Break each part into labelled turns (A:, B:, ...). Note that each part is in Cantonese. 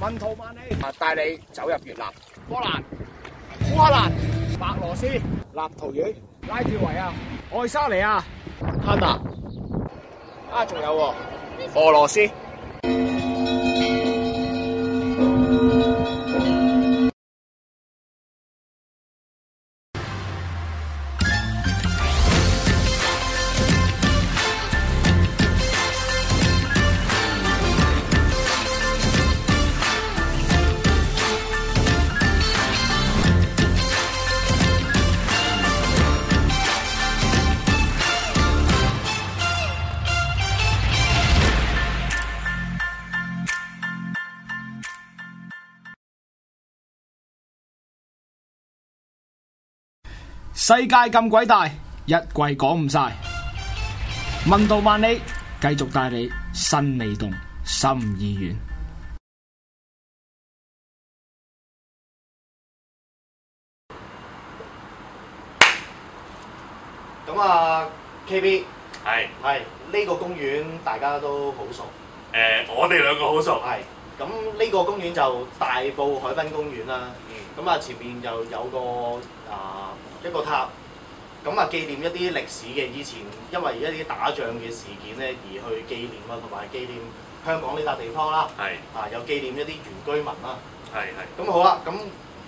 A: 文圖萬里，啊帶你走入越南、波蘭、烏克蘭、白羅斯、立陶宛、拉脱維亞、愛沙尼亞、加拿啊，仲有喎俄羅斯。世界咁鬼大，一季講唔晒。問道萬里，繼續帶你身未動，心已遠。
B: 咁啊，KB
C: 係
B: 係呢個公園大家都好熟，
C: 誒，我哋兩個好熟。
B: 係咁呢個公園就大埔海濱公園啦。咁啊，前面就有個啊一個塔，咁啊紀念一啲歷史嘅以前，因為一啲打仗嘅事件咧而去紀念啊，同埋紀念香港呢笪地方啦，
C: 係
B: 啊又紀念一啲原居民啦。
C: 係係。
B: 咁好啦，咁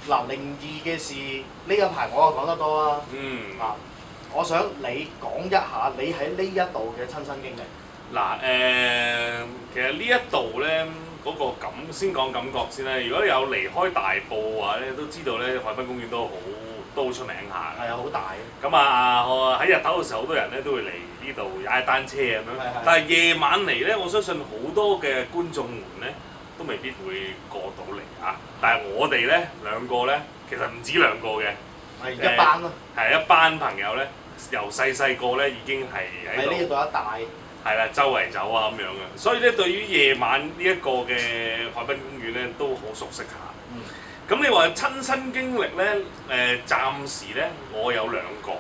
B: 嗱靈異嘅事呢一排我啊講得多啦，
C: 嗯，
B: 啊我想你講一下你喺呢一度嘅親身經歷。
C: 嗱誒，其實呢一度咧。嗰個感先講感覺先啦。如果你有離開大埔嘅話咧，都知道咧海濱公園都好都好出名下嘅。
B: 係啊，好大嘅，
C: 咁啊，我喺日頭嘅時候，好多人咧都會嚟呢度踩單車咁
B: 係係
C: 樣。但係夜晚嚟咧，我相信好多嘅觀眾們咧都未必會過到嚟啊。但係我哋咧兩個咧，其實唔止兩個嘅，
B: 係
C: 誒
B: 一班咯，
C: 係一班朋友咧，由細細個咧已經係
B: 喺呢
C: 喺
B: 一
C: 度，
B: 度一帶，
C: 係啦，周圍走啊咁樣嘅。所以咧，對於夜晚呢一個嘅海濱公園咧，都好熟悉下。
B: 嗯
C: 咁你話親身經歷咧，誒、暫時咧我有兩個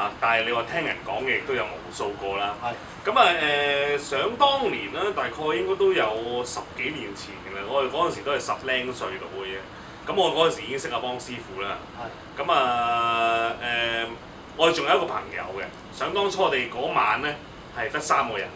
C: 啊，但係你話聽人講嘅亦都有無數個啦。
B: 係
C: 咁啊誒，想當年啦，大概應該都有十幾年前嘅啦，我哋嗰陣時都係十零歲到嘅啫。咁我嗰陣時已經識阿邦師傅啦。
B: 係
C: 咁啊誒、我哋仲有一個朋友嘅，想當初我哋嗰晚咧係得三個人，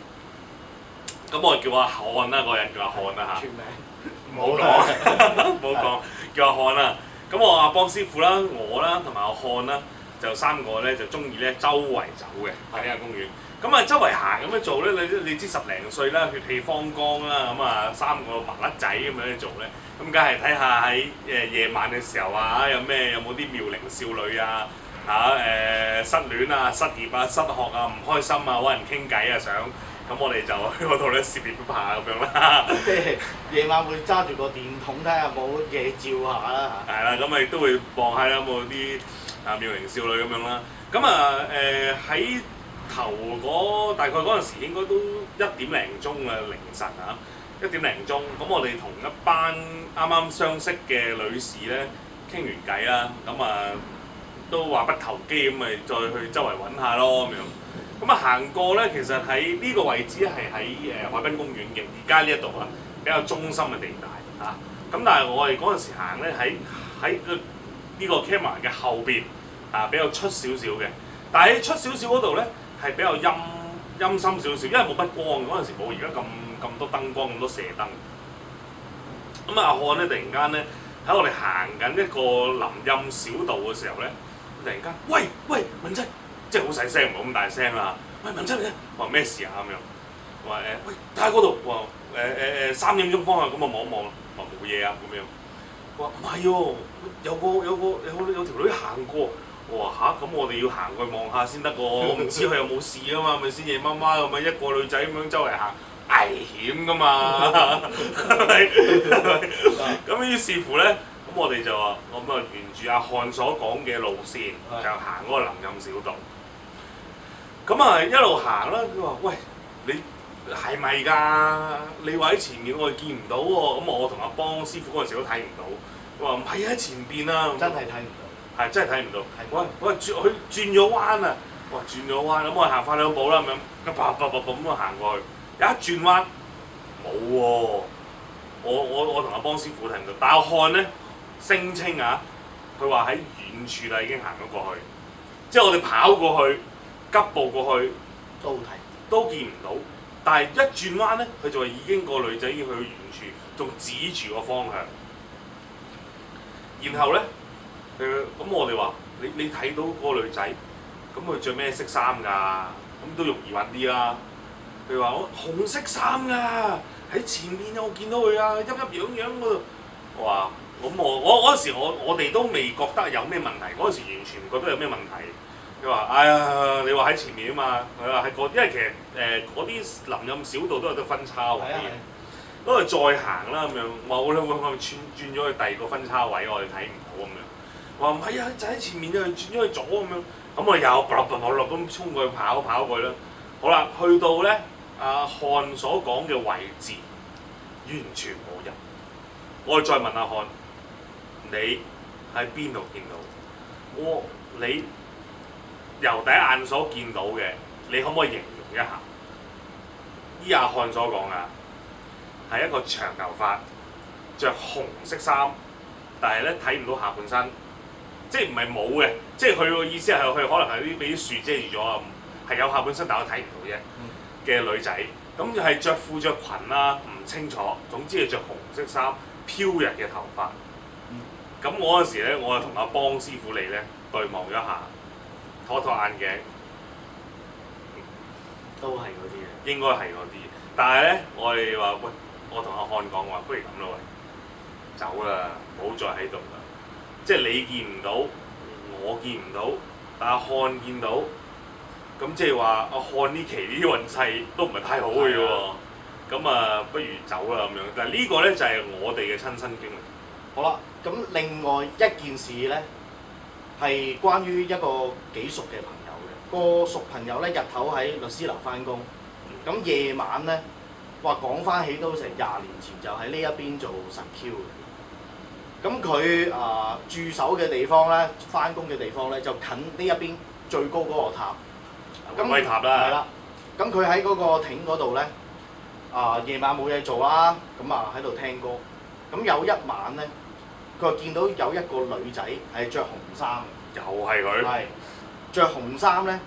C: 咁我叫阿漢啦，嗰個人叫阿漢啦嚇。
B: 全名，
C: 冇啊講，冇講，叫阿漢啦。咁我阿邦師傅啦，我啦，同埋阿漢啦，就三個咧就中意咧周圍走嘅喺呢個公園。咁啊，周圍行咁樣做咧，你你知十零歲啦，血氣方剛啦，咁啊三個麻甩仔咁樣去做咧，咁梗係睇下喺誒夜晚嘅時候啊，有咩有冇啲妙齡少女啊，嚇、誒失戀啊、失業啊、失學啊、唔開心啊，揾人傾偈啊想，咁我哋就去嗰度咧涉獵一下咁樣啦。
B: 即係夜晚會揸住個電筒睇下有冇嘢照下啦
C: 係啦，咁亦啊都會望下有冇啲啊妙齡少女咁樣啦。咁啊誒喺頭嗰大概嗰陣時應該都一點零鐘嘅凌晨啊，一點零鐘。咁我哋同一班啱啱相識嘅女士咧傾完偈啦，咁啊都話不投機咁咪再去周圍揾下咯咁樣。咁啊行過咧，其實喺呢個位置係喺誒海濱公園嘅，而家呢一度啊比較中心嘅地帶啊。咁但係我哋嗰陣時行咧，喺喺個呢個 camera 嘅後邊啊，比較出少少嘅。但係喺出少少嗰度咧，係比較陰陰森少少，因為冇乜光嗰陣時冇而家咁咁多燈光咁多射燈。咁啊，阿漢咧突然間咧喺我哋行緊一個林蔭小道嘅時候咧，突然間喂喂文真，即係好細聲，唔好咁大聲啦。喂文真，文真我話咩事啊咁樣。我話誒，喂，睇下嗰度，我話誒誒誒三點鐘方向，咁啊我望一望啦，我話冇嘢啊咁樣。佢話唔係喎，有個有個有有條女行過。我話吓，咁我哋要行過去望下先得喎，我唔知佢有冇事啊嘛，咪先夜媽媽咁樣一個女仔咁樣周圍行，危險噶嘛，係咪係咪咁於是乎咧，咁我哋就話，咁啊沿住阿漢所講嘅路線，
B: 係
C: 就行嗰個林蔭小道。咁啊一路行啦，佢話：喂，你係咪㗎？你話喺前面我哋見唔到喎。咁我同阿邦師傅嗰陣時都睇唔到。佢話唔係啊喺前邊啊，
B: 嚇，真係睇唔到，
C: 係真係睇唔到。
B: 係
C: 喂喂，轉佢轉咗彎啊！哇，轉咗彎，咁我行快兩步啦，咁樣，咁啪啪啪啪咁樣行過去，一轉彎冇喎，我我我同阿邦師傅睇唔到，但阿漢咧聲稱啊，佢話喺遠處啦已經行咗過去，即係我哋跑過去、急步過去
B: 都好睇。
C: 都見唔到，但係一轉彎咧，佢就話已經個女仔已經去到遠處，仲指住個方向。然後咧，佢咁我哋話：你你睇到嗰個女仔，咁佢着咩色衫㗎？咁都容易揾啲啦。佢話我紅色衫㗎，喺前面我見到佢啊，陰陰樣樣嗰度。我話咁我我嗰陣時我我哋都未覺得有咩問題，嗰陣時完全唔覺得有咩問題。佢話：哎呀，你話喺前面啊嘛，佢話喺嗰，因為其實誒嗰啲林蔭小道都有得分叉位
B: 係啊
C: 嘅。咁啊再行啦咁樣，我話我兩個我轉轉咗去第二個分叉位，我哋睇唔到咁樣。我話唔係啊，就喺前面啊，轉咗去左咁樣。咁我又卜卜卜卜咁衝過去跑跑過去啦。好啦，去到咧阿漢所講嘅位置，完全冇人。我哋再問阿漢，你喺邊度見到？我你由第一眼所見到嘅，你可唔可以形容一下？依阿漢所講啊。係一個長頭髮，着紅色衫，但係咧睇唔到下半身，即係唔係冇嘅，即係佢個意思係佢可能係啲俾啲樹遮住咗啊，係有下半身，但我睇唔到啫嘅女仔，咁就係着褲着裙啦，唔清楚，總之係着紅色衫，飄逸嘅頭髮。咁我嗰陣時咧，我就同阿邦師傅你咧對望咗一下，妥妥眼鏡。
B: 都係嗰啲嘢。
C: 應該係嗰啲。但係咧，我哋話喂，我同阿漢講話，不如咁咯，喂，走啦，唔好再喺度啦。即係你見唔到，我見唔到，但阿漢見到，咁即係話阿漢呢期呢啲運勢都唔係太好嘅
B: 係
C: 喎
B: 啊。
C: 咁啊，不如走啦咁樣。但係呢個咧就係我哋嘅親身經歷。
B: 好啦，咁另外一件事咧係關於一個幾熟嘅朋友嘅。個熟朋友咧日頭喺律師樓翻工，咁夜晚咧話講翻起都成廿年前就喺呢一邊做神 Q 嘅。咁佢啊駐守嘅地方咧，翻工嘅地方咧就近呢一邊最高嗰個塔。
C: 咁威塔
B: 係
C: 啦，
B: 啦，咁佢喺嗰個艇嗰度咧，啊夜晚冇嘢做啦，咁啊喺度聽歌。咁有一晚咧，佢就見到有一個女仔係着紅衫
C: 又係
B: 嘅，
C: 佢，
B: 係着紅衫咧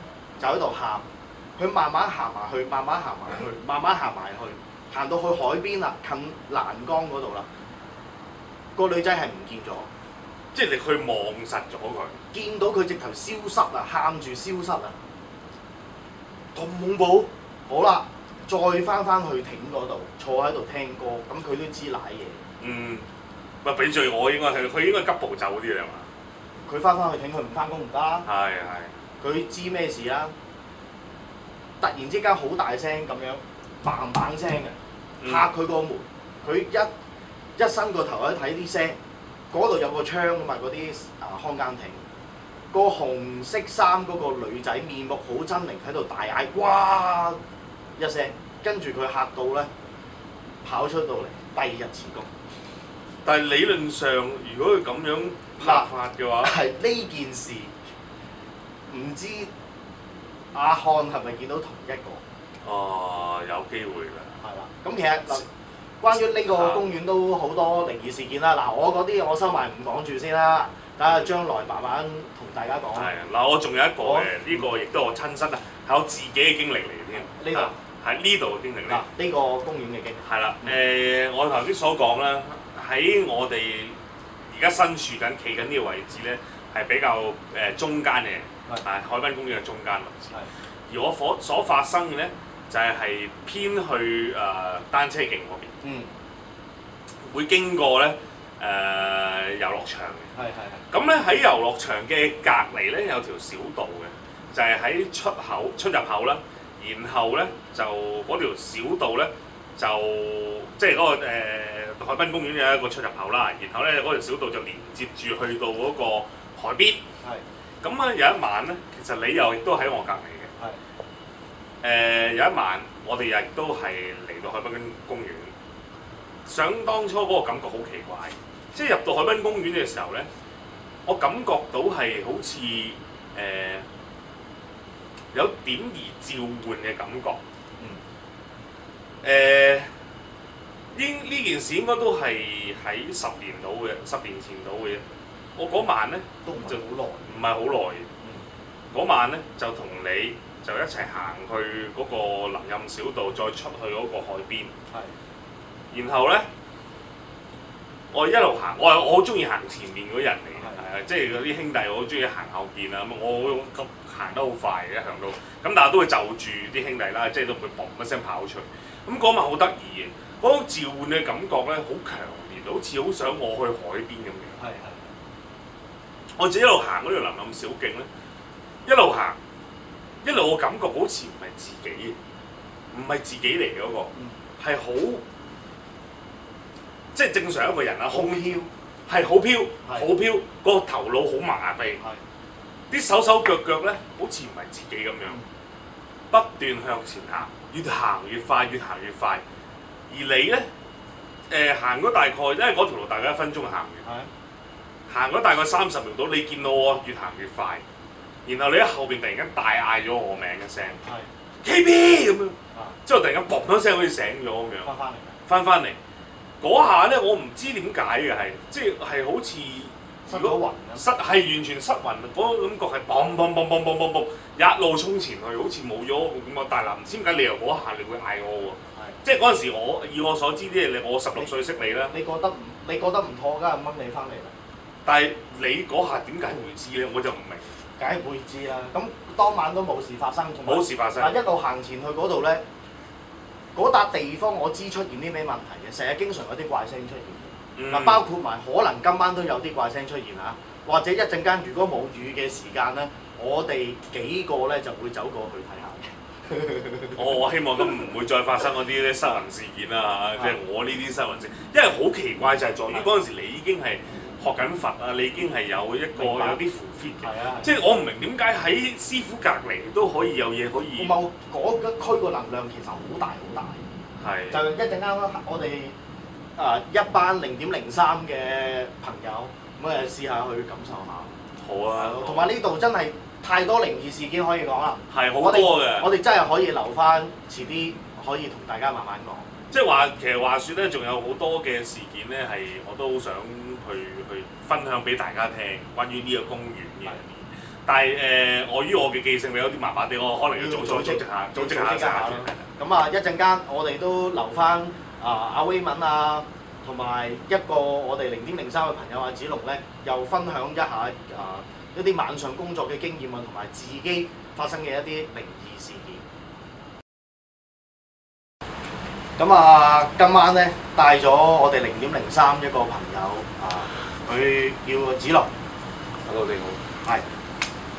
B: 就喺度喊。佢慢慢行埋去，慢慢行埋去，慢慢行埋去，行到去海邊啦，近欄杆嗰度啦。個女仔係唔見咗，
C: 即係你去望實咗佢，
B: 見到佢直頭消失啊，喊住消失啊，咁恐怖！好啦，再翻翻去艇嗰度，坐喺度聽歌，咁佢都知賴嘢。
C: 嗯，咪俾罪我應該係佢應該急步走啲嚟嘛，
B: 佢翻翻去艇，佢唔翻工唔得啦，
C: 係係。
B: 佢知咩事啦？突然之間好大聲咁樣嘭嘭聲啊嘅，
C: 嗯
B: 拍佢個門，佢一一伸個頭一睇啲聲，嗰度有個窗啊嘛，嗰啲啊看更艇。個紅色衫嗰個女仔面目好狰狞，喺度大嗌哇一聲，跟住佢嚇到咧跑出到嚟，第二日辭工。
C: 但係理論上，如果佢咁樣拍法嘅話，
B: 係呢件事，唔知阿漢係咪見到同一個？
C: 哦，有機會啦。
B: 係啦，咁其實嗱，關於呢個公園都好多靈異事件啦。嗱，我嗰啲我收埋唔講住先啦，等下將來慢慢同大家講。
C: 係啊嗱，我仲有一個
B: 我
C: 嘅，呢個亦都係我親身啊，係我自己嘅經歷嚟嘅添。
B: 呢
C: 度啊係呢度嘅經歷
B: 嗱
C: 咧，，
B: 呢個公園嘅經歷
C: 係啦。誒，我頭先所講啦，喺我哋而家身處緊、企緊呢個位置咧，係比較誒中間嘅，
B: 係
C: 係海濱公園嘅中間位置。
B: 係
C: 而我所所發生嘅咧，就係係偏去誒啊單車徑嗰邊。
B: 嗯，
C: 會經過咧誒、遊樂場嘅。
B: 係係係，
C: 咁咧喺遊樂場嘅隔離咧有條小道嘅，就係、喺出口出入口啦。然後咧就嗰條小道咧就即係嗰、個、誒海濱公園有一個出入口啦。然後咧嗰條小道就連接住去到嗰個海邊。
B: 係
C: 咁啊有一晚咧，其實你又亦都喺我隔離嘅。
B: 係
C: 誒、有一晚，我哋亦都係嚟到海濱公園。想當初嗰個感覺好奇怪，即係入到海濱公園嘅時候咧，我感覺到係好似誒、有點而召喚嘅感覺。誒、
B: 嗯
C: 應呢件事應該都係喺十年到嘅，十年前到嘅啫。我嗰晚咧
B: 都唔係好耐。
C: 唔係好耐嘅，嗰晚咧就同你就一齊行去嗰個林蔭小道，再出去嗰個海邊。
B: 係
C: 然後咧，我一路行，我係我好中意行前面嗰啲人嚟嘅，係啊，即係嗰啲兄弟我好中意行後邊啊，咁我咁行得好快嘅行到，咁但係都會就住啲兄弟啦，即係都會嘣一聲跑出去。咁嗰晚好得意嘅，嗰種召喚嘅感覺咧好強烈，好似好想我去海邊咁樣。
B: 係係
C: 我自己一路行嗰條林林小徑咧，一路行，一路我感覺好似唔係自己嘅，唔係自己嚟嘅嗰個。
B: 嗯
C: 係好，即係正常一個人啊，空飄係好飄，好飄，個頭腦好麻痹，
B: 係
C: 啲手手腳腳咧好似唔係自己咁樣，不斷向前行，越行越快，越行越快。而你咧，誒、行咗大概，因為嗰條路大概一分鐘行完，
B: 係
C: 行咗大概三十秒到，你見到我越行越快，然後你喺後邊突然間大嗌咗我名一聲
B: 係
C: ，K B 咁樣，
B: 啊
C: 之後突然間嘣一聲好似醒咗咁樣。
B: 翻翻嚟
C: 翻翻嚟嗰下咧，我唔知點解嘅係，即係好似
B: 失咗魂咁。
C: 失係完全失魂，嗰、個感覺係砰砰砰砰砰砰砰一路衝前去，好似冇咗咁個大男。唔知點解你又嗰下你會嗌我喎？
B: 係
C: 即係嗰陣時我以我所知啲嘢，你我十六歲識你啦，
B: 你覺得唔你覺得唔妥，梗係掹你翻嚟啦，
C: 但係你嗰下點解會知咧？我就唔明，
B: 梗係會知啦。咁當晚都冇事發生，同埋
C: 冇事發生
B: 啊！。一路行前去嗰度咧，嗰笪地方我知出現啲咩問題嘅，成日經常有啲怪聲出現。
C: 嗯
B: 嗱、包括埋可能今晚都有啲怪聲出現啊，或者一陣間如果冇雨嘅時間咧，我哋幾個咧就會走過去睇下嘅。
C: 我哦我希望都唔會再發生嗰啲咧失魂事件啦
B: 啊
C: 嚇，即係我呢啲失魂事，因為好奇怪就係在於嗰陣時你已經係學緊佛啊，你已經係有一個
B: 明白
C: 有啲符 fit 嘅，
B: 係啊，
C: 即係我唔明點解喺師傅隔離都可以有嘢可
B: 係
C: 以
B: 某嗰個區個能量其實好大好大。
C: 係
B: 就一陣間我哋啊一班零點零三嘅朋友咁誒試下去感受下，
C: 好啊，
B: 同埋呢度真係太多靈異事件可以講啦。
C: 係好
B: 我哋
C: 多嘅，
B: 我哋真係可以留翻遲啲可以同大家慢慢講。
C: 即係話其實話説咧，仲有好多嘅事件咧係我都好想去去分享俾大家聽，關於呢個公園嘅。但係誒、我於我嘅記性，你有啲麻麻地，我可能要
B: 要
C: 組
B: 組
C: 組
B: 織
C: 織下，組
B: 組
C: 織
B: 織
C: 下
B: 一
C: 先
B: 下
C: 下
B: 咯咁啊，一陣間我哋都留翻啊阿威文啊，同埋一個我哋零點零三嘅朋友啊阿子龍咧，又分享一下啊一啲晚上工作嘅經驗啊，同埋自己發生嘅一啲靈異事件。咁啊，今晚咧帶咗我哋零點零三一個朋友啊，佢叫子龍。
D: Hello，你好。
B: 係。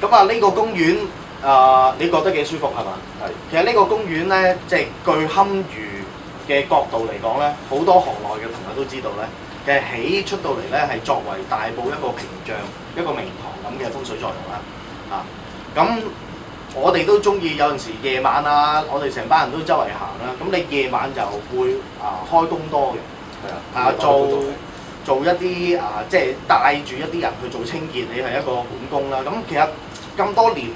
B: 咁啊，呢個公園啊、你覺得幾舒服係嘛？
D: 係。
B: 其實呢個公園咧，即係據堪輿嘅角度嚟講咧，好多行內嘅朋友都知道咧，其實起出到嚟咧係作為大埔一個屏障、一個明堂咁嘅風水作用啦。啊，咁我哋都中意有陣時夜晚啊，我哋成班人都周圍行啦。咁你夜晚就會啊開工多嘅。
D: 係啊。
B: 啊做做一啲啊，即係帶住一啲人去做清潔，你係一個管工啦。咁其實咁多年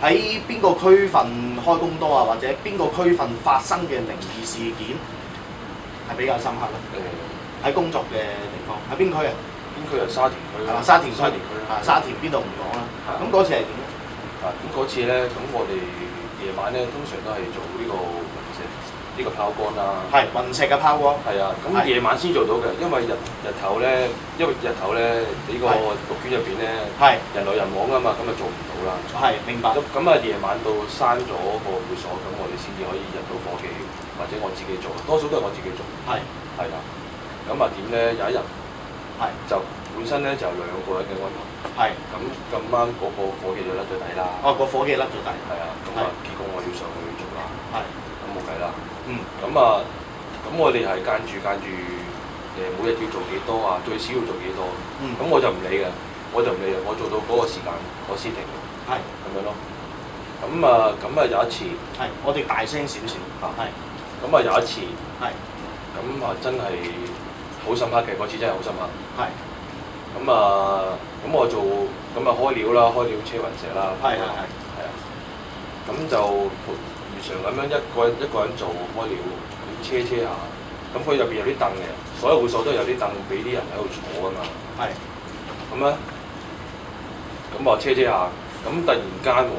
B: 喺邊個區份開工多啊，或者邊個區份發生嘅靈異事件係比較深刻咧？
D: 誒
B: 喺工作嘅地方喺邊區啊？
D: 邊區係沙田區
B: 係
D: 啦。
B: 嘛沙田區
D: 嗯沙田區
B: 啊，
D: 啦。
B: 沙田邊度唔講啦。
D: 係啊
B: 咁嗰次係點咧？
D: 啊，咁嗰次咧，咁我哋夜晚咧，通常都係做呢個雲石，呢個拋光啦。
B: 係雲石嘅拋光，
D: 係啊，
B: 係
D: 咁夜晚先做到嘅，因為日日頭咧，因為日頭咧，呢個
B: 係
D: 綠圈入邊咧，
B: 係
D: 人來人往啊嘛，咁就做唔到啦。
B: 係明白
D: 咁。咁啊，夜晚到閂咗個會所，咁我哋先至可以入到伙計，或者我自己做，多數都係我自己做。
B: 係
D: 係啦。咁啊點咧？有一日
B: 係
D: 就本身咧就有兩個人嘅安排。
B: 係
D: 咁咁啱嗰個伙計就甩咗底啦，
B: 哦，個伙計甩咗底，
D: 係啊，咁啊結果我要上去做啦，
B: 係
D: 咁冇計啦，
B: 嗯
D: 咁啊，咁我哋係間住間住誒每日要做幾多啊，最少要做幾多，
B: 嗯
D: 咁我就唔理嘅，我就唔理嘅，我做到嗰個時間我先停
B: 係
D: 咁樣咯，咁啊咁啊有一次，
B: 係，我哋大聲少少
D: 啊
B: 係
D: 咁啊有一次，
B: 係
D: 咁啊真係好深刻嘅，嗰次真係好深刻。
B: 係
D: 咁啊，咁我做咁啊開料啦，開料車雲石啦，
B: 係係
D: 係
B: 係
D: 啊，咁就如常咁樣一個一個人做開料，咁車車下，咁佢入邊有啲凳嘅，所有會所都有啲凳俾啲人喺度坐㗎嘛。
B: 係
D: 咁咧，咁啊車車下，咁突然間喎，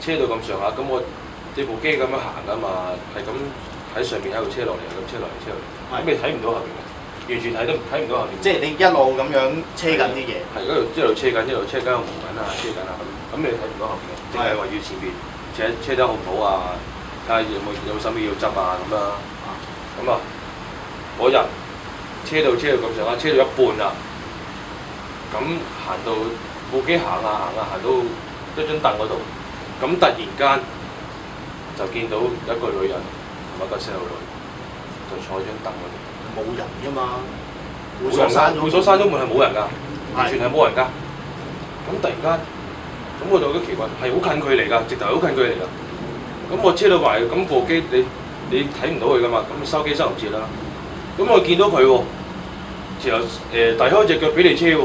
D: 車到咁上下，咁我呢部機咁樣行啊嘛，係咁喺上面喺度車落嚟，又咁車落嚟，車落嚟，咁你睇唔到後邊嘅，完全睇都睇唔到後邊。
B: 即係你一路咁樣車緊啲嘢。
D: 係一路一路車緊，一路車緊，一路磨緊啊，車緊啊咁，咁你睇唔到後面嘅，淨係圍繞前邊，車車得好唔好啊？睇下有冇有冇手尾要執啊咁啦。咁啊，嗰人車到車到咁上下，車到一半啦，咁行到部機行下行下行到一張凳嗰度，咁突然間就見到一個女人同埋一個細路女就坐喺張凳嗰度。
B: 冇人噶嘛，會
D: 會所
B: 所閂咗，
D: 會所閂咗門係冇人㗎，完全係冇人㗎。咁突然間，咁我就覺得奇怪，係好近距離㗎，直頭係好近距離㗎。咁我車到埋，咁部機你你睇唔到佢㗎嘛，咁你收機收唔切啦。咁我見到佢喎，然後誒遞開隻腳俾你車喎，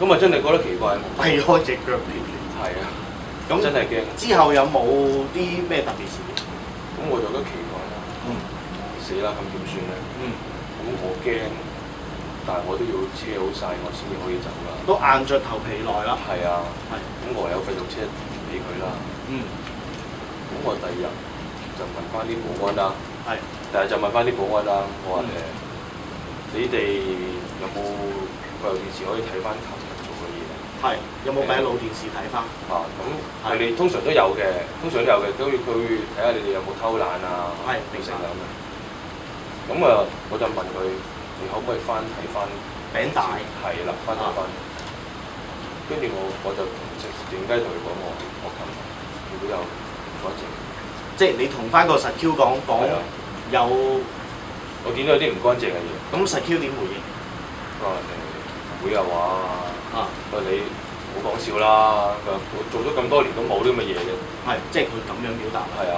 D: 咁啊真係覺得奇怪，
B: 閉開隻腳邊。
D: 係啊，咁
B: 咁
D: 真係驚。啊
B: 之後有冇啲咩特別事？
D: 咁我就覺得奇怪啦，
B: 嗯
D: 死啦，咁點算咧？
B: 嗯，
D: 咁我驚，但係我都要車好晒，我先至可以走啦。
B: 都硬着頭皮耐啦。
D: 係啊，
B: 係
D: 咁我有繼續車俾佢啦。
B: 嗯，
D: 咁我第二日就問翻啲保安啦，
B: 係
D: 第二日就問翻啲保安啦，我話誒、呃
B: 嗯
D: 你哋有冇閉路電視可以睇翻琴日做嘅嘢
B: 係有冇閉路電視睇翻？
D: 啊？咁佢哋通常都有嘅，通常都有嘅，都要佢會睇下你哋有冇偷懶啊，
B: 係
D: 定成啊咁樣。咁啊，我就問佢，你可唔可以翻睇翻？
B: 餅大
D: 係啦，翻睇翻。
B: 啊
D: 跟住我我就直靜雞同佢講我我琴日如果有反正
B: 即係你同翻個實 Q 講講
D: 係啊，
B: 有
D: 我見到有啲唔乾淨嘅嘢。
B: 咁實 Q 點回應
D: 啊誒，會又話
B: 啊？
D: 喂你唔好講笑啦，佢話我做咗咁多年都冇啲咁嘅嘢嘅，
B: 係即係佢咁樣表達啦。
D: 係啊，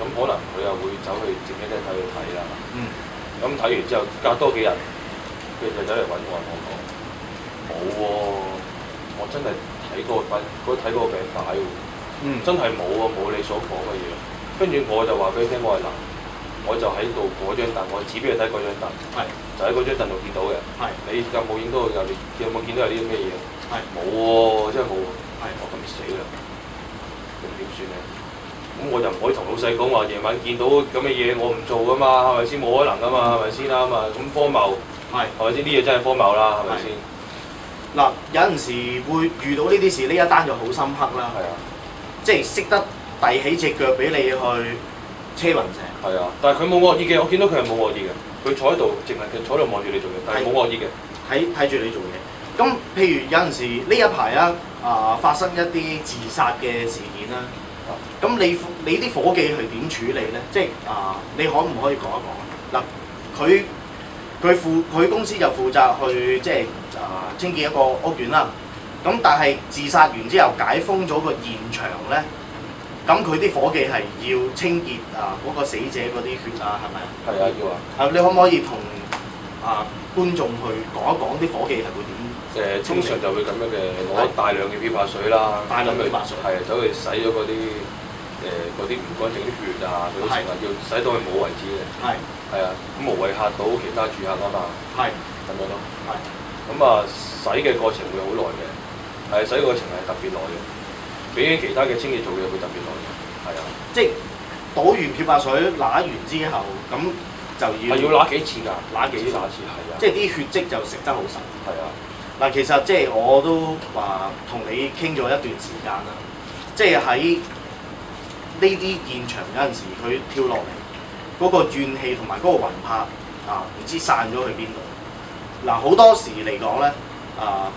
D: 咁可能佢又會走去靜一雞睇去睇啦，
B: 嗯，
D: 咁睇完之後隔多幾日，佢就走嚟揾我我講，冇喎、我真係睇過份，嗰睇過個餅帶喎。
B: 嗯
D: 真係冇啊，冇你所講嘅嘢。跟住我就話俾佢聽，我係男，我就喺度嗰張凳，我指俾佢睇嗰張凳，
B: 係
D: 就喺嗰張凳度見到嘅。
B: 係
D: 你有冇影到有你有冇見到有啲咩嘢？
B: 係
D: 冇喎，真係冇喎。
B: 係
D: 我咁死啦，咁點算咧？咁我就唔可以同老細講話，夜晚見到咁嘅嘢我唔做噶嘛，係咪先？冇可能噶嘛，係咪先啊嘛？咁荒謬，
B: 嗯係。
D: 係咪先？呢嘢真係荒謬啦，係咪先？
B: 嗱，有陣時會遇到呢啲事，呢一單就好深刻啦。
D: 係啊，
B: 即係識得遞起隻腳俾你去車雲石。
D: 係啊，但係佢冇惡意嘅，我見到佢係冇惡意嘅，佢坐喺度，淨係佢坐喺度望住你做嘢，但係冇惡意嘅。
B: 睇睇住你做嘢。咁譬如有陣時呢一排啊，啊、發生一啲自殺嘅事件啦，咁你你啲伙計係點處理咧？即係啊、你可唔可以講一講啊嗱，佢佢負佢公司就負責去即係啊、清潔一個屋苑啦。咁但係自殺完之後解封咗個現場咧，咁佢啲伙計係要清潔啊嗰、個死者嗰啲血啊，係咪啊？
D: 係啊，要啊。
B: 啊，你可唔可以同啊觀眾去講一講啲伙計係會點？
D: 誒、通常就會咁樣嘅，攞大量嘅漂白水啦，啊
B: 大量漂白水
D: 係走去洗咗嗰啲誒嗰啲唔乾淨啲血啊，嗰啲成日要洗到佢冇為止嘅，
B: 係
D: 係啊，咁無謂嚇到其他住客啊嘛，
B: 係
D: 咁樣咯。
B: 係
D: 咁啊，洗嘅過程會好耐嘅，係洗嘅過程係特別耐嘅，比起其他嘅清潔做嘢會特別耐嘅，係啊，
B: 即係倒完漂白水揦完之後，咁就要
D: 係要揦幾次㗎，揦幾
B: 揦
D: 揦次係啊，
B: 即係啲血跡就食得好實。
D: 係啊，
B: 嗱，其實即係我都話同你傾咗一段時間啦，即係喺呢啲現場有陣時佢跳落嚟嗰個怨氣同埋嗰個魂魄啊，唔知散咗去邊度。嗱，好多時嚟講咧，啊，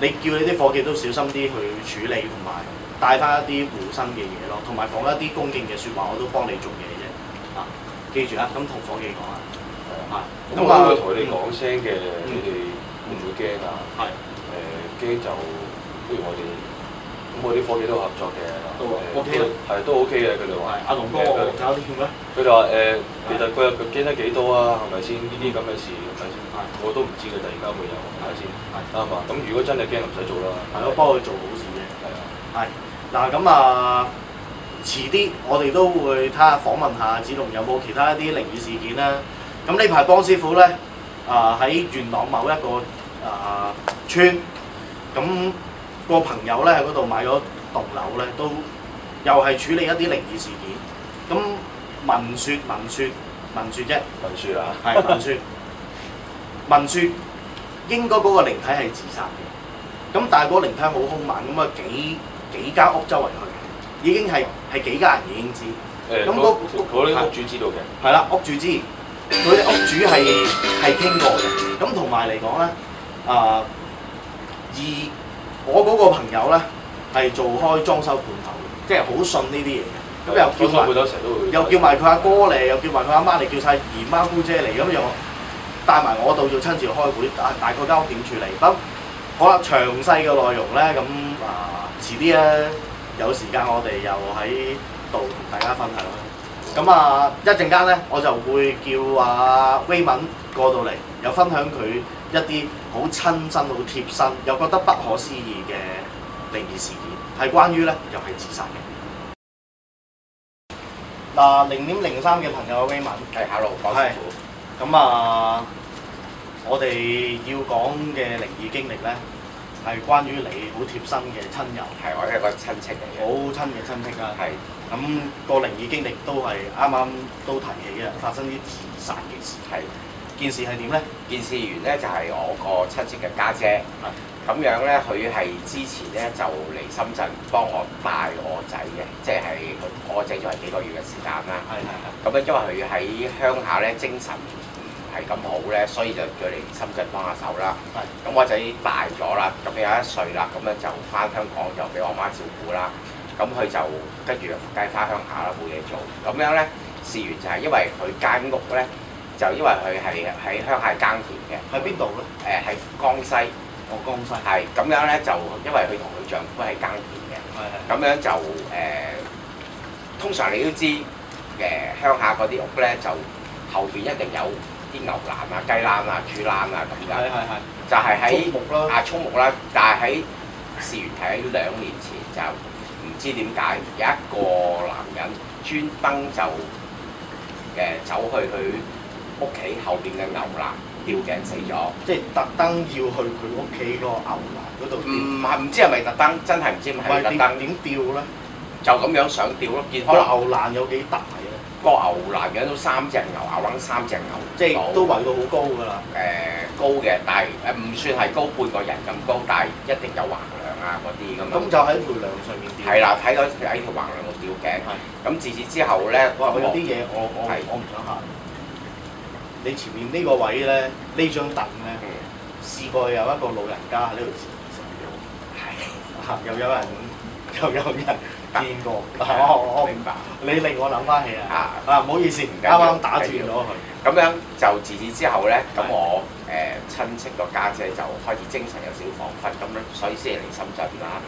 B: 你叫你啲伙計都小心啲去處理同埋帶翻一啲護身嘅嘢咯，同埋講一啲恭敬嘅説話，我都幫你做嘢啫。啊，記住啊，咁同伙計講啊，
D: 係
B: 啊，
D: 啊。咁我都會同你哋講聲嘅，
B: 嗯
D: 你哋會唔會驚啊？
B: 係
D: 誒機就不如我哋咁我啲伙計都合作嘅，
B: 都
D: 誒
B: OK 啦
D: 係都 OK 嘅佢哋
B: 係
D: 話。
B: 阿龍哥，
D: 誒
B: 我搞掂啦。
D: 佢佢哋話誒，其實佢佢驚得幾多啊？係咪先？呢啲咁嘅事係咪先
B: 係？
D: 我都唔知佢突然間會有係咪先？
B: 係
D: 啱啊！咁如果真係驚，唔使做啦。
B: 係咯，幫佢做好事嘅。
D: 係啊，
B: 係嗱，咁啊，遲啲我哋都會睇下訪問下子龍有冇其他一啲靈異事件啦。咁呢排幫師傅咧，啊、喺元朗某一個啊、村，咁、個朋友咧喺嗰度買咗棟樓咧，都又係處理一啲靈異事件。咁聞説聞説聞説啫，
D: 文書啊啦，
B: 係聞説聞説應該嗰個靈體係自殺嘅。咁但係嗰個靈體好兇猛，咁啊幾幾間屋周圍去，已經係係幾家人已經知。
D: 誒
B: 咁
D: 嗰
B: 嗰
D: 嗰啲屋主知道嘅，
B: 係啦，屋主知，佢哋屋主係係傾過嘅。咁同埋嚟講咧，啊、而我嗰個朋友咧係做開裝修判頭嘅，即係好信呢啲嘢嘅。咁又叫
D: 裝修
B: 埋
D: 鋪頭成日都會
B: 又叫埋佢阿哥嚟，又叫埋佢阿媽嚟，叫晒姨媽姑姐嚟，咁啊又帶埋我到要親自開會，大大概間屋點處理。咁好啦，詳細嘅內容咧，咁啊遲啲咧有時間我哋又喺度同大家分享啦。咁啊，一陣間咧，我就會叫阿威文過到嚟，又分享佢一啲好親身、好貼身，又覺得不可思議嘅靈異事件，係關於咧又係自殺嘅。嗱，啊零點零三嘅朋友威文，
D: 係考路講
B: 係咁啊，我哋要講嘅靈異經歷咧，係關於你好貼身嘅親友，
D: 係我一個親戚嚟
B: 好親嘅親戚啦。
D: 係
B: 咁、個靈異經歷都係啱啱都提起嘅，發生啲自殺嘅事。
D: 係。
B: 件事係點咧？
E: 件事源咧就係我個親戚嘅家姐啊
B: 係
E: 咁樣咧佢係之前咧就嚟深圳幫我帶我仔嘅，即係佢我仔仲係幾個月嘅時間啦。
B: 係係係。
E: 咁咧因為佢喺鄉下咧精神唔係咁好咧，所以就叫嚟深圳幫下手啦。
B: 係
E: 咁我仔大咗啦，咁有一歲啦，咁咧就翻香港就俾我媽照顧啦。咁佢就跟住梗係翻鄉下啦，冇嘢做。咁樣咧事源就係因為佢間屋咧就因為佢係喺鄉下耕田嘅。
B: 喺邊度咧？
E: 誒係江西，
B: 我江西。係
E: 係咁樣咧就因為佢同佢丈夫係耕田嘅，
B: 係
E: 咁樣就誒、通常你都知誒、鄉下嗰啲屋咧就後邊一定有啲牛欄啊、雞欄啊、豬欄啊咁
B: 係
E: 樣，
B: 係係。
E: 就係
B: 喺
E: 喺
B: 木啦。
E: 啊沖木啦，但係喺事源係喺兩年前就唔知點解有一個男人專登就誒、走去佢屋企後邊嘅牛欄吊頸死咗。
B: 即係特登要去佢屋企個牛欄嗰度
E: 嗯唔
B: 吊。
E: 係唔知係咪特登，真係唔知係
B: 唔嗯
E: 咪
B: 係
E: 特
B: 點
E: 登，
B: 點吊咧？
E: 就咁樣上吊咯。見可
B: 個
E: 能
B: 牛欄有幾啊大咧？
E: 個牛欄養到三隻牛，牛欄三隻牛，
B: 即係都圍
E: 誒、
B: 到好高㗎啦。
E: 呃高嘅，但係誒唔算係高半個人咁高，但係一定有橫梁啊嗰啲咁
B: 咁
E: 樣。
B: 就喺條梁上面吊。
E: 係啦，睇到喺條橫梁度吊頸。
B: 係。
E: 咁自此之後咧，
B: 哇！我有
E: 咁
B: 啲嘢我我
E: 係
B: 我唔想行。你前面呢個位咧，呢張凳咧，
E: 嗯
B: 試過有一個老人家喺呢度食咗，啊又有人又有人見過。
E: 係
B: 啊我我
E: 明白
B: 你令我諗翻起啊！
E: 啊。
B: 啊唔好意思，
E: 唔
B: 啱
E: 緊要
B: 啱打斷咗佢。
E: 咁樣就自此之後咧，咁
B: 係
E: 我誒、親戚個家姐就開始精神有少少恍惚，咁咧所以先嚟深圳啦。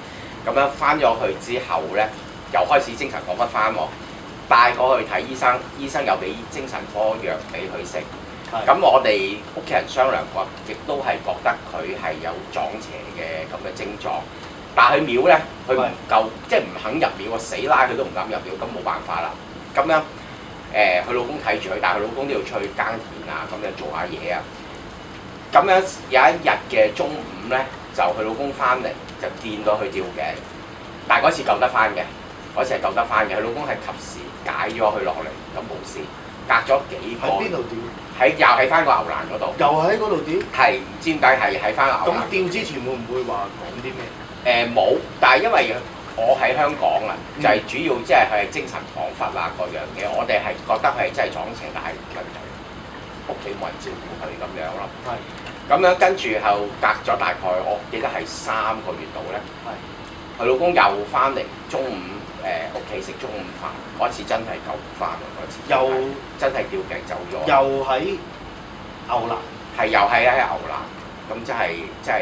E: 咁樣翻咗去之後咧，又開始精神恍惚翻喎，帶我去睇醫生，醫生又俾精神科藥俾佢食。
B: 係
E: 咁我哋屋企人商量過，亦都係覺得佢係有撞邪嘅咁嘅症狀。但係佢廟咧，佢唔
B: 係
E: 夠，即係唔肯入廟，我死拉佢都唔敢入廟，咁冇辦法啦。咁樣誒，呃佢、老公睇住佢，但係佢老公都要出去耕田啊，咁樣做下嘢啊。咁樣有一日嘅中午咧，就佢老公翻嚟就見到佢吊頸，但係嗰次救得翻嘅，嗰次係救得翻嘅。佢老公係及時解咗佢落嚟，咁冇事。隔咗幾個
B: 喺邊度吊？
E: 喺又喺翻個牛欄嗰度，
B: 又喺嗰度吊。
E: 係唔知點解係喺翻牛欄
B: 咁。吊之前會唔會話講啲咩？
E: 誒冇，但係因為我喺香港啊，
B: 嗯
E: 就係主要即係佢係精神恍惚啊嗰樣嘢，我哋係覺得佢係真係撞邪，但係佢屋企冇人照顧佢咁樣咯。
B: 係
E: 咁樣跟住後隔咗大概我記得係三個月度咧，
B: 係
E: 佢老公又翻嚟中午誒屋企食中午飯，嗰次真係救唔翻啊！嗰次
B: 又
E: 真係吊頸走咗。
B: 又喺牛欄。
E: 係又係喺牛欄，咁真係真係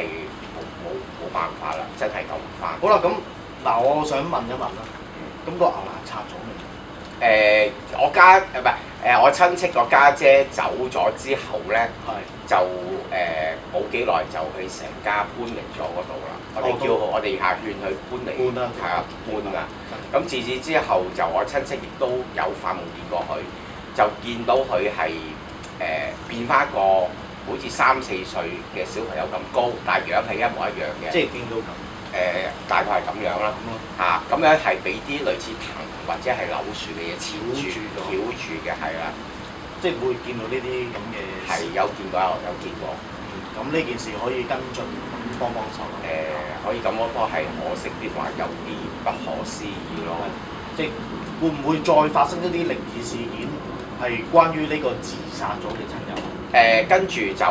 E: 冇冇冇辦法啦，真係救唔翻。
B: 好啦，咁嗱，我想問一問啦。咁個牛欄拆咗未？
E: 誒、我家誒唔係誒，我親戚個家姐走咗之後咧，
B: 係。
E: 就誒冇幾耐就佢成家搬離咗嗰度啦。我哋
B: 哦
E: 叫佢我哋下勸佢搬離，
B: 搬啦
E: 係啊搬啦。咁自此之後就我親戚亦都有發夢見過佢，就見到佢係變翻一個好似三四歲嘅小朋友咁高，但係樣係一模一樣嘅。
B: 即係變到咁
E: 誒、大概係咁樣啦，嚇、咁樣係俾啲類似藤或者係柳樹嘅嘢纏住、
B: 繞住咗
E: 繞住嘅係啦，
B: 即係會見到呢啲咁嘅
E: 係
B: 事。
E: 有見過有有見過，
B: 咁呢件事可以跟進，咁幫幫手啊咁
E: 誒、可以咁講，不過係可惜啲話有啲不可思議咯。
B: 即係會唔會再發生一啲靈異事件係關於呢個自殺咗嘅親友？
E: 誒、跟住就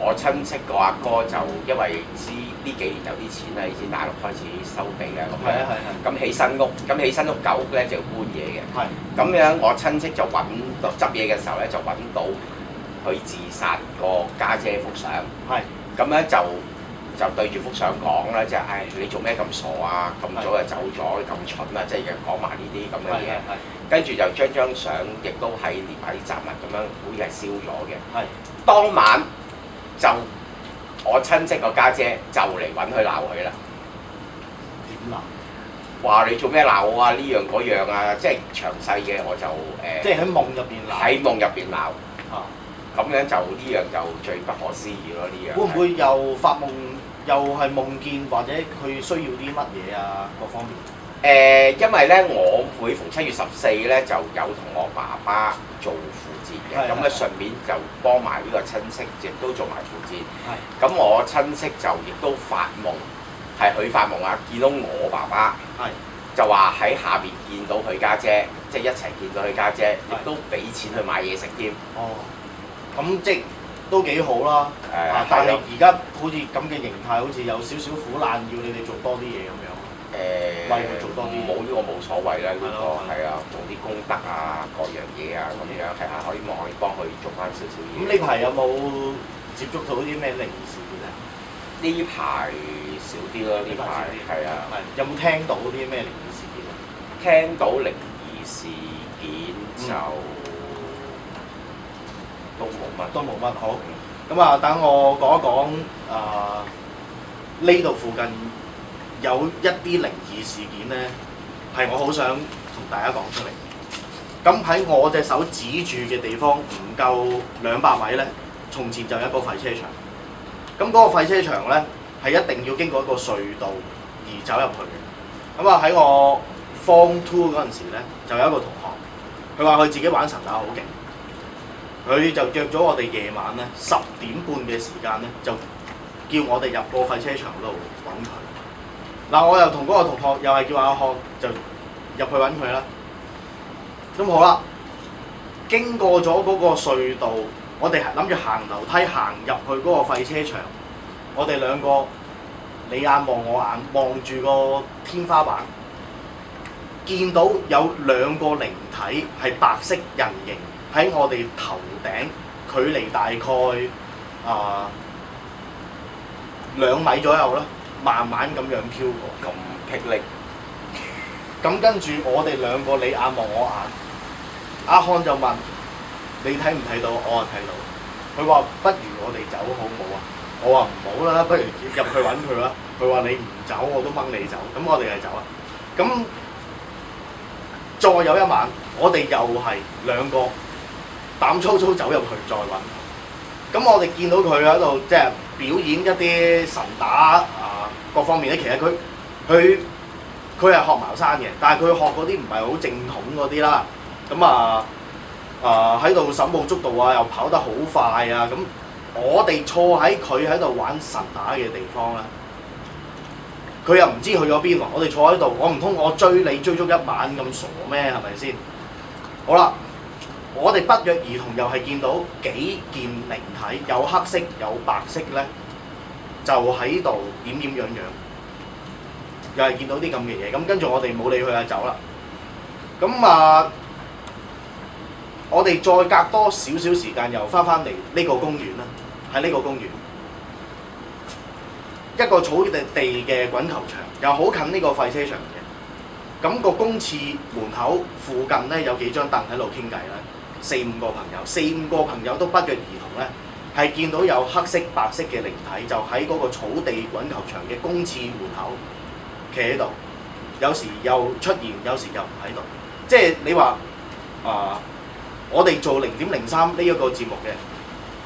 E: 我親戚個阿哥就因為知呢幾年有啲錢啦，以前大陸開始收地啦咁
B: 係
E: 樣，
B: 啊係
E: 咁起新屋，咁起新屋舊屋咧就要搬嘢嘅。
B: 係係
E: 咁樣我親戚就揾到執嘢嘅時候咧，就揾到佢自殺個家姐幅相，
B: 係
E: 咁咧就就對住幅相講啦，即係唉你做咩咁傻啊？咁早就走咗，咁蠢啊！即係講埋呢啲咁
B: 係
E: 嘅嘢，
B: 係
E: 跟住就將張相亦都係連埋啲雜物咁樣，好似係燒咗嘅。
B: 係
E: 當晚就我親戚個家姐就嚟揾佢鬧佢啦。
B: 點啊啦？
E: 話你做咩鬧我啊？呢樣嗰樣啊，即係詳細嘅我就誒
B: 即係喺夢入邊鬧
E: 喺夢入邊鬧。
B: 啊！
E: 咁樣就呢樣就最不可思議咯，呢樣係
B: 會唔會又發夢，又係夢見或者佢需要啲乜嘢啊？各方面
E: 誒、因為咧，我每逢七月十四咧就有同我爸爸做父節嘅，
B: 係
E: 咁咧
B: 係
E: 順便就幫埋呢個親戚，亦都做埋父節。
B: 係
E: 咁我親戚就亦都發夢，係佢發夢啊，見到我爸爸
B: 係
E: 就話喺下邊見到佢家姐即係一齊見到佢家姐，
B: 係
E: 亦都俾錢去買嘢食添。
B: 哦，咁即係都幾好啦。
E: 誒、
B: 啊！但係
E: 係咯
B: 而家好似咁嘅形態，好似有少少苦難，要你哋做多啲嘢咁樣。
E: 誒，
B: 為佢做多啲
E: 冇呢個冇所謂啦，呢
B: 係
E: 個
B: 咯
E: 係啊，做啲功德啊，各樣嘢啊，咁樣係啊，可以望可以幫佢做翻少少嘢。
B: 咁呢排有冇接觸到啲咩靈異事件啊咧？
E: 呢排少啲咯，呢排係啊，
B: 係有冇聽到啲咩靈異事件咧？啊
E: 聽到靈異事件就
B: 嗯
E: 都冇乜。
B: 都冇乜好。咁啊，等我講一講啊，呢度附近有一啲靈異事件咧，係我好想同大家講出嚟。咁喺我隻手指住嘅地方唔夠兩百米咧，從前就有一個廢車場。咁嗰個廢車場咧係一定要經過一個隧道而走入去嘅。咁啊喺我 Form Two 嗰陣時咧，就有一個同學，佢話佢自己玩神打好勁。佢就約咗我哋夜晚咧十點半嘅時間咧，就叫我哋入個廢車場嗰度揾佢。嗱，我又同嗰個同學又係叫阿漢，就入去揾佢啦。咁好啦，經過咗嗰個隧道，我哋諗住行樓梯行入去嗰個廢車場，我哋兩個你眼望我眼，望住個天花板，見到有兩個靈體係白色人形喺我哋頭頂，距離大概啊兩米左右啦，慢慢咁樣飄過。
E: 咁霹靂，
B: 咁跟住我哋兩個你眼望我眼，阿康就問：你睇唔睇到？我話睇到。佢話：不如我哋走好冇啊？我話唔好啦，不如入去揾佢啦。佢話你唔走我都掹你走，咁我哋係走啦。咁再有一晚，我哋又係兩個膽粗粗走入去再揾。咁我哋見到佢喺度即係表演一啲神打啊各方面咧，其實佢佢佢係學茅山嘅，但係佢學嗰啲唔係好正統嗰啲啦。咁啊啊喺度手舞足蹈啊，又跑得好快啊！咁我哋坐喺佢喺度玩神打嘅地方啦，佢又唔知去咗邊喎。我哋坐喺度，我唔通我追你追足一晚咁傻咩？係咪先？好啦，我哋不約而同又係見到幾件靈體，有黑色有白色咧，就喺度點點樣樣。又係見到啲咁嘅嘢，咁跟住我哋冇理佢啊走啦。咁啊，我哋再隔多少少時間又翻返嚟呢個公園啦，喺呢個公園一個草地地嘅滾球場，又好近呢個廢車場嘅。咁、個公廁門口附近咧有幾張凳喺度傾偈啦，四五個朋友，四五個朋友都不約而同咧。係見到有黑色、白色嘅靈體，就喺嗰個草地滾球場嘅公廁門口企喺度，有時又出現，有時又唔喺度。即係你話啊、我哋做零點零三呢一個節目嘅，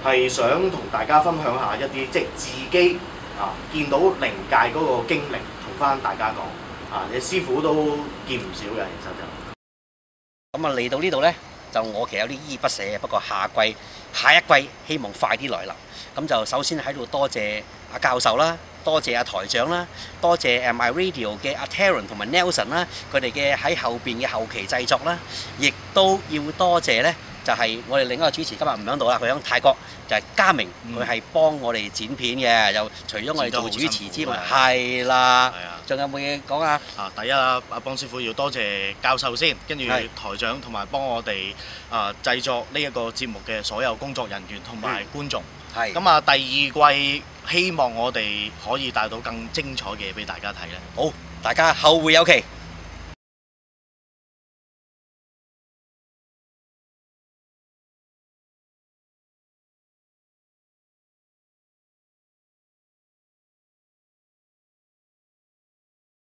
B: 係想同大家分享下一啲即係自己啊見到靈界嗰個經歷，同翻大家講啊，你師傅都見唔少嘅，其實就。
F: 咁啊嚟到呢度呢，就我其實有啲依依不捨嘅，不過下季下一季希望快啲來臨。咁就首先喺度多謝阿教授啦，多謝阿台長啦，多謝誒 My Radio 嘅阿 Taron 同埋 Nelson 啦，佢哋嘅喺後邊嘅後期製作啦，亦都要多謝呢，就係、我哋另一個主持今日唔喺度啦，佢喺泰國就係、嘉明，佢係幫我哋剪片嘅，又除咗我哋做主持之外，係啦，
G: 係啊。
F: 仲有冇嘢講啊？
G: 啊！第一啊，阿邦師傅要多謝教授先，跟住
F: 係
G: 台長同埋幫我哋啊製作呢一個節目嘅所有工作人員同
B: 嗯
G: 埋觀眾。
F: 係。
G: 咁啊，第二季希望我哋可以帶到更精彩嘅嘢俾大家睇咧。
F: 大家後會有期，